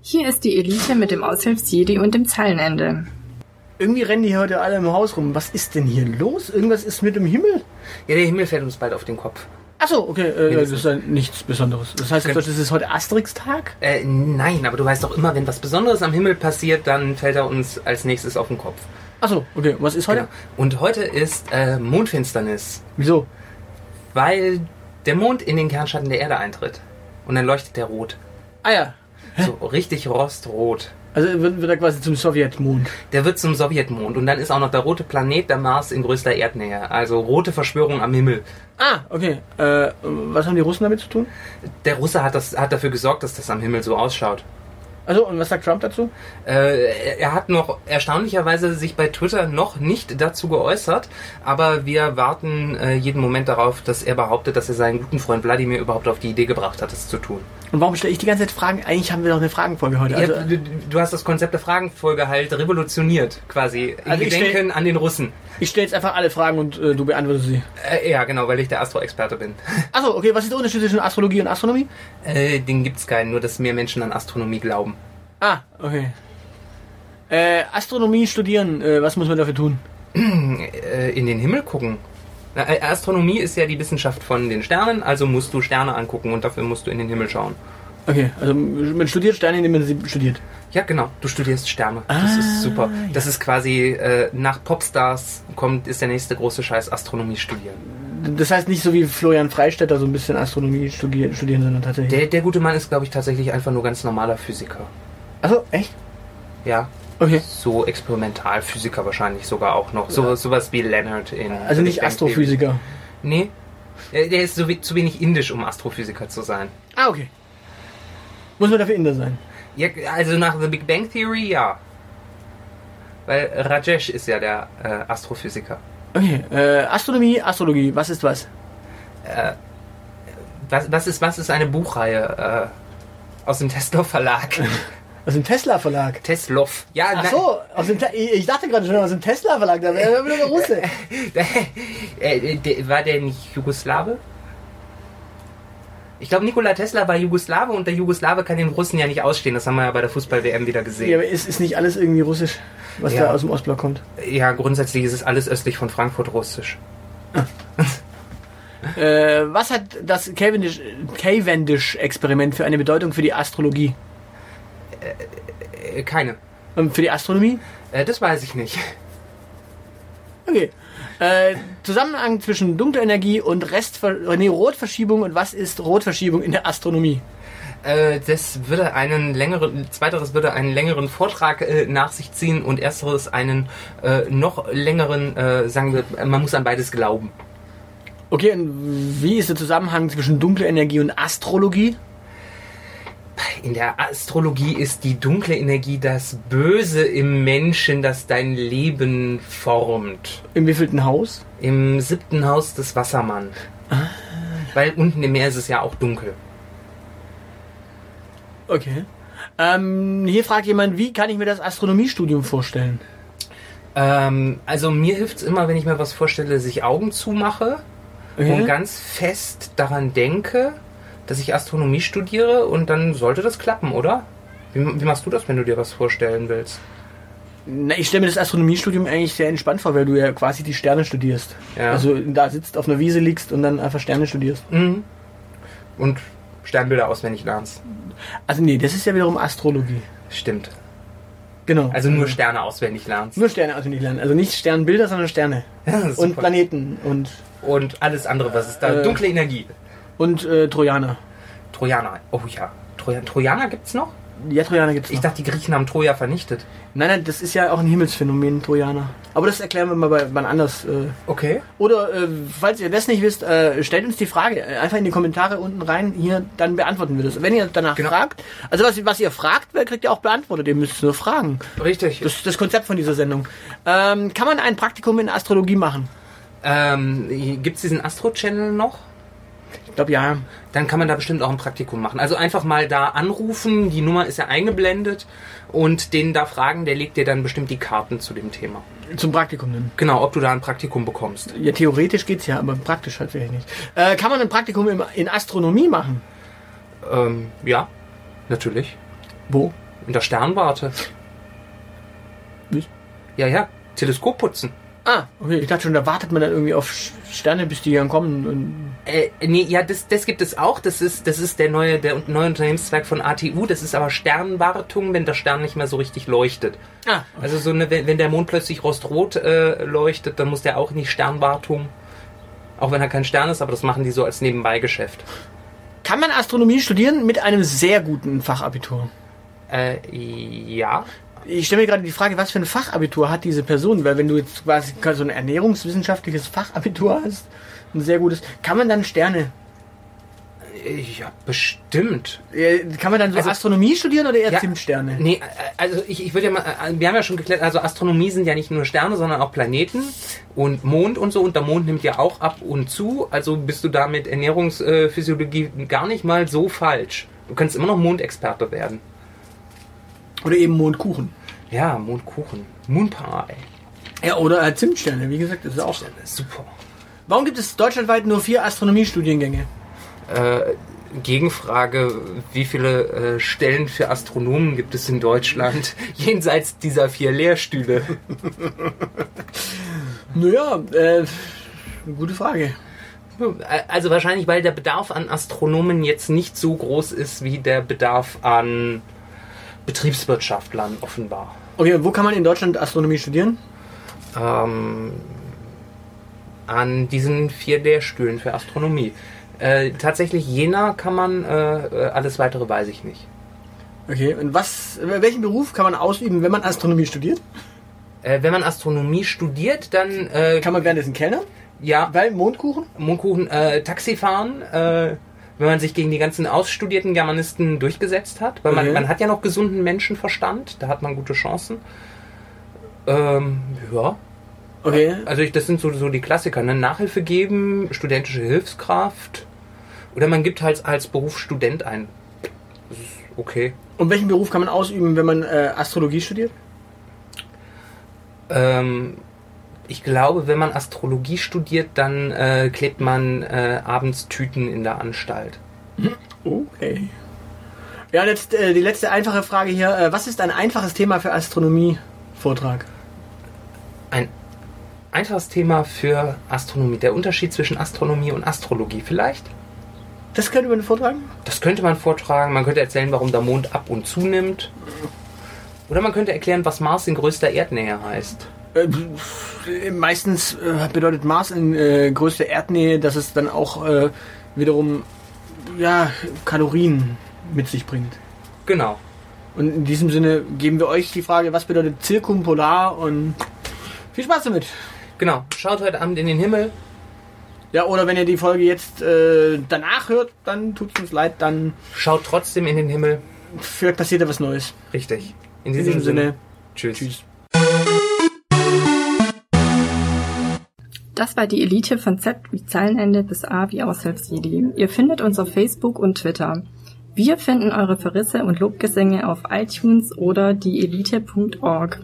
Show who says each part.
Speaker 1: Hier ist die Elite mit dem Aushilfsjedi und dem Zeilenende.
Speaker 2: Irgendwie rennen die hier heute alle im Haus rum. Was ist denn hier los? Irgendwas ist mit dem Himmel?
Speaker 3: Ja, der Himmel fällt uns bald auf den Kopf.
Speaker 2: Achso, okay, äh, das
Speaker 3: Mindestens.
Speaker 2: ist ja nichts Besonderes. Das heißt,
Speaker 3: Kön-
Speaker 2: das ist heute Asterix-Tag?
Speaker 3: Äh, nein, aber du weißt doch immer, wenn was Besonderes am Himmel passiert, dann fällt er uns als nächstes auf den Kopf.
Speaker 2: Achso, okay, was ist heute?
Speaker 3: Genau. Und heute ist äh, Mondfinsternis,
Speaker 2: Wieso?
Speaker 3: weil der Mond in den Kernschatten der Erde eintritt. Und dann leuchtet der rot.
Speaker 2: Ah ja,
Speaker 3: So richtig rostrot.
Speaker 2: also wird, wird er quasi zum Sowjetmond.
Speaker 3: Der wird zum Sowjetmond. Und dann ist auch noch der rote Planet, der Mars, in größter Erdnähe. Also rote Verschwörung am Himmel.
Speaker 2: Ah, okay. Äh, was haben die Russen damit zu tun?
Speaker 3: Der Russe hat, das, hat dafür gesorgt, dass das am Himmel so ausschaut.
Speaker 2: Also, und was sagt Trump dazu?
Speaker 3: Äh, er hat noch erstaunlicherweise sich bei Twitter noch nicht dazu geäußert, aber wir warten äh, jeden Moment darauf, dass er behauptet, dass er seinen guten Freund Wladimir überhaupt auf die Idee gebracht hat, es zu tun.
Speaker 2: Und warum stelle ich die ganze Zeit Fragen? Eigentlich haben wir doch eine Fragenfolge heute. Also,
Speaker 3: ja, du, du hast das Konzept der Fragenfolge halt revolutioniert, quasi. Im
Speaker 2: Also ich stell-
Speaker 3: Gedenken an den Russen.
Speaker 2: ich stelle jetzt einfach alle Fragen und äh, du beantwortest sie.
Speaker 3: Äh, ja, genau, weil ich der Astro-Experte bin.
Speaker 2: Achso, okay, was ist der Unterschied zwischen Astrologie und Astronomie?
Speaker 3: Äh, den gibt's keinen, nur dass mehr Menschen an Astronomie glauben.
Speaker 2: Ah, okay. Äh, Astronomie studieren, äh, was muss man dafür tun?
Speaker 3: Äh, in den Himmel gucken. Na, äh, Astronomie ist ja die Wissenschaft von den Sternen, also musst du Sterne angucken und dafür musst du in den Himmel schauen.
Speaker 2: Okay, also man studiert Sterne, indem man sie studiert.
Speaker 3: Ja, genau. Du studierst Sterne. Das
Speaker 2: Ah,
Speaker 3: ist super. Das ist quasi äh, nach Popstars kommt, ist der nächste große Scheiß Astronomie studieren.
Speaker 2: Das heißt nicht so wie Florian Freistetter so ein bisschen Astronomie studieren, studieren sondern tatsächlich.
Speaker 3: Der, der gute Mann ist, glaube ich, tatsächlich einfach nur ganz normaler Physiker.
Speaker 2: Achso, echt?
Speaker 3: Ja,
Speaker 2: Okay.
Speaker 3: so Experimentalphysiker wahrscheinlich sogar auch noch. So sowas wie Leonard in.
Speaker 2: Also nicht
Speaker 3: Big Bang Theory.
Speaker 2: Astrophysiker.
Speaker 3: Nee. Der der ist so we zu wenig indisch, um Astrophysiker zu sein.
Speaker 2: Ah, okay. Muss man dafür Inder sein?
Speaker 3: Ja, also nach The Big Bang Theory ja. Weil Rajesh ist ja der äh, Astrophysiker.
Speaker 2: Okay, äh, Astronomie, Astrologie, was ist was?
Speaker 3: Was, was, ist, was ist eine Buchreihe äh, aus dem Tesla Verlag?
Speaker 2: Aus dem Tesla-Verlag.
Speaker 3: Teslov. Ja,
Speaker 2: Ach
Speaker 3: nein,
Speaker 2: so, aus dem Te ich dachte gerade schon aus dem Tesla-Verlag, da wäre wieder der Russe.
Speaker 3: äh, der- war der nicht Jugoslawe? Ich glaube, Nikola Tesla war Jugoslawe und der Jugoslawe kann den Russen ja nicht ausstehen. Das haben wir ja bei der Fußball-WM wieder
Speaker 2: Ja,
Speaker 3: gesehen.
Speaker 2: aber ist, ist nicht alles irgendwie russisch, was
Speaker 3: Ja.
Speaker 2: da aus dem Ostblock kommt?
Speaker 3: Ja, grundsätzlich ist es alles östlich von Frankfurt russisch.
Speaker 2: Äh, was hat das Cavendish- Cavendish-Experiment für eine Bedeutung für die Astrologie?
Speaker 3: Äh, keine.
Speaker 2: Und für die Astronomie?
Speaker 3: Äh, das weiß ich nicht.
Speaker 2: Okay. Äh, Zusammenhang zwischen dunkler Energie und Restver nee, Rotverschiebung und was ist Rotverschiebung in der Astronomie?
Speaker 3: Äh, das würde einen längeren, zweiteres würde einen längeren Vortrag äh, nach sich ziehen und ersteres einen äh, noch längeren, äh, sagen wir, man muss an beides glauben.
Speaker 2: Okay, und wie ist der Zusammenhang zwischen dunkler Energie und Astrologie?
Speaker 3: In der Astrologie ist die dunkle Energie das Böse im Menschen, das dein Leben formt.
Speaker 2: Im wievielten Haus?
Speaker 3: Im siebten Haus des Wassermann. Weil unten im Meer ist es ja auch dunkel.
Speaker 2: Okay. Ähm, hier fragt jemand, wie kann ich mir das Astronomiestudium vorstellen?
Speaker 3: Ähm, also mir hilft's immer, wenn ich mir was vorstelle, dass ich Augen zumache und
Speaker 2: Okay.
Speaker 3: ganz fest daran denke, dass ich Astronomie studiere und dann sollte das klappen, oder? Wie, wie machst du das, wenn du dir was vorstellen willst?
Speaker 2: Na, ich stelle mir das Astronomiestudium eigentlich sehr entspannt vor, weil du ja quasi die Sterne studierst.
Speaker 3: Ja.
Speaker 2: Also da sitzt, auf einer Wiese liegst und dann einfach Sterne studierst.
Speaker 3: Mhm. Und Sternbilder auswendig lernst.
Speaker 2: Also nee, das ist ja wiederum Astrologie.
Speaker 3: Stimmt.
Speaker 2: Genau.
Speaker 3: Also nur Sterne auswendig lernst.
Speaker 2: nur Sterne also nicht lernen. Also nicht Sternbilder, sondern Sterne. und
Speaker 3: und,
Speaker 2: Planeten und,
Speaker 3: und alles andere, was ist da?
Speaker 2: Äh.
Speaker 3: Dunkle Energie.
Speaker 2: und äh, Trojaner.
Speaker 3: Trojaner. Oh ja. Troja Trojaner gibt's noch?
Speaker 2: Ja, Trojaner gibt's
Speaker 3: Ich
Speaker 2: noch.
Speaker 3: dachte, die Griechen haben Troja vernichtet.
Speaker 2: Nein, nein, das ist ja auch ein Himmelsphänomen, Trojaner. Aber das erklären wir mal bei, wann anders. Äh.
Speaker 3: Okay.
Speaker 2: Oder äh, falls ihr das nicht wisst, äh, stellt uns die Frage äh, einfach in die Kommentare unten rein. Hier, dann beantworten wir das. Wenn ihr danach
Speaker 3: Genau.
Speaker 2: fragt, also was, was ihr fragt, wer kriegt ihr auch beantwortet. Ihr müsst nur fragen.
Speaker 3: Richtig.
Speaker 2: Das ist das Konzept von dieser Sendung. Ähm, kann man ein Praktikum in Astrologie machen?
Speaker 3: Ähm, gibt's diesen Astro-Channel noch?
Speaker 2: Ich glaube ja.
Speaker 3: dann kann man da bestimmt auch ein Praktikum machen. Also einfach mal da anrufen, die Nummer ist ja eingeblendet und den da fragen, der legt dir dann bestimmt die Karten zu dem Thema.
Speaker 2: Zum Praktikum dann.
Speaker 3: Genau, ob du da ein Praktikum bekommst.
Speaker 2: Ja, theoretisch geht's ja, aber praktisch halt vielleicht nicht. Äh, kann man ein Praktikum im, in Astronomie machen?
Speaker 3: Ähm, ja, natürlich.
Speaker 2: Wo?
Speaker 3: In der Sternwarte.
Speaker 2: Wie?
Speaker 3: Ja, ja. Teleskop putzen.
Speaker 2: Ah, okay. Ich dachte schon, da wartet man dann irgendwie auf Sch- Sterne, bis die dann kommen. Und
Speaker 3: Äh, nee, ja, das, das gibt es auch. Das ist, das ist der neue, der un- neue Unternehmenszweig von ATU. Das ist aber Sternwartung, wenn der Stern nicht mehr so richtig leuchtet.
Speaker 2: ah,
Speaker 3: Also so eine, wenn, wenn der Mond plötzlich rostrot äh, leuchtet, dann muss der auch in die Sternwartung. Auch wenn er kein Stern ist, aber das machen die so als Nebenbeigeschäft.
Speaker 2: kann man Astronomie studieren mit einem sehr guten Fachabitur?
Speaker 3: Äh, ja.
Speaker 2: Ich stelle mir gerade die Frage, was für ein Fachabitur hat diese Person? Weil wenn du jetzt quasi so ein ernährungswissenschaftliches Fachabitur hast, ein sehr gutes, kann man dann Sterne,
Speaker 3: Ja, bestimmt.
Speaker 2: äh, kann man dann so
Speaker 3: Also-
Speaker 2: Astronomie studieren oder eher
Speaker 3: Ja.
Speaker 2: Zimtsterne?
Speaker 3: Nee, äh, also ich, ich würde ja mal, äh, wir haben ja schon geklärt, also Astronomie sind ja nicht nur Sterne, sondern auch Planeten und Mond und so. Und der Mond nimmt ja auch ab und zu. Also bist du da mit Ernährungsphysiologie äh, gar nicht mal so falsch. Du kannst immer noch Mondexperte werden.
Speaker 2: Oder eben Mondkuchen?
Speaker 3: Ja, Mondkuchen. Moonpie.
Speaker 2: Ja, oder äh, Zimtsterne, wie gesagt, das ist auch.
Speaker 3: Super.
Speaker 2: Warum gibt es deutschlandweit nur vier Astronomiestudiengänge?
Speaker 3: Äh, Gegenfrage, wie viele äh, Stellen für Astronomen gibt es in Deutschland jenseits dieser vier Lehrstühle?
Speaker 2: Naja, äh, eine gute Frage.
Speaker 3: Also wahrscheinlich, weil der Bedarf an Astronomen jetzt nicht so groß ist wie der Bedarf an Betriebswirtschaftlern offenbar.
Speaker 2: Okay, und wo kann man in Deutschland Astronomie studieren?
Speaker 3: Ähm, an diesen vier Lehrstühlen für Astronomie. Äh, tatsächlich Jena kann man, äh, äh, alles weitere weiß ich nicht.
Speaker 2: Okay, und was, welchen Beruf kann man ausüben, wenn man Astronomie studiert?
Speaker 3: Äh, wenn man Astronomie studiert, dann äh,
Speaker 2: Kann man währenddessen Kellner?
Speaker 3: ja,
Speaker 2: Weil Mondkuchen?
Speaker 3: Mondkuchen äh, Taxi fahren, äh, wenn man sich gegen die ganzen ausstudierten Germanisten durchgesetzt hat. Weil man,
Speaker 2: Okay.
Speaker 3: man hat ja noch gesunden Menschenverstand, da hat man gute Chancen. Ähm, ja,
Speaker 2: Okay.
Speaker 3: also ich, das sind so, so die Klassiker. Ne? Nachhilfe geben, studentische Hilfskraft. Oder man gibt halt als Beruf Student ein. Das ist okay.
Speaker 2: Und welchen Beruf kann man ausüben, wenn man äh, Astrologie studiert?
Speaker 3: Ähm, ich glaube, wenn man Astrologie studiert, dann äh, klebt man äh, abends Tüten in der Anstalt.
Speaker 2: Okay. Ja, jetzt, äh, die letzte einfache Frage hier. Äh, was ist ein einfaches Thema für Astronomie-Vortrag?
Speaker 3: ein einfaches Thema für Astronomie. Der Unterschied zwischen Astronomie und Astrologie vielleicht.
Speaker 2: Das könnte man vortragen?
Speaker 3: Das könnte man vortragen. Man könnte erzählen, warum der Mond ab und zunimmt. Oder man könnte erklären, was Mars in größter Erdnähe heißt.
Speaker 2: Äh, pff, äh, meistens äh, bedeutet Mars in äh, größter Erdnähe, dass es dann auch äh, wiederum ja, Kalorien mit sich bringt.
Speaker 3: Genau.
Speaker 2: Und in diesem Sinne geben wir euch die Frage, was bedeutet Zirkumpolar und viel Spaß damit.
Speaker 3: Genau. Schaut heute Abend in den Himmel.
Speaker 2: Ja, oder wenn ihr die Folge jetzt äh, danach hört, dann tut's uns leid, dann
Speaker 3: Schaut trotzdem in den Himmel.
Speaker 2: vielleicht passiert da was Neues.
Speaker 3: Richtig. In
Speaker 2: In
Speaker 3: diesem,
Speaker 2: diesem Sinne,
Speaker 3: Tschüss.
Speaker 2: tschüss.
Speaker 1: Das war die Elite von Z wie Zeilenende bis A wie Aushilfsjedi. Ihr findet uns auf Facebook und Twitter. Wir finden eure Verrisse und Lobgesänge auf iTunes oder dieelite.org.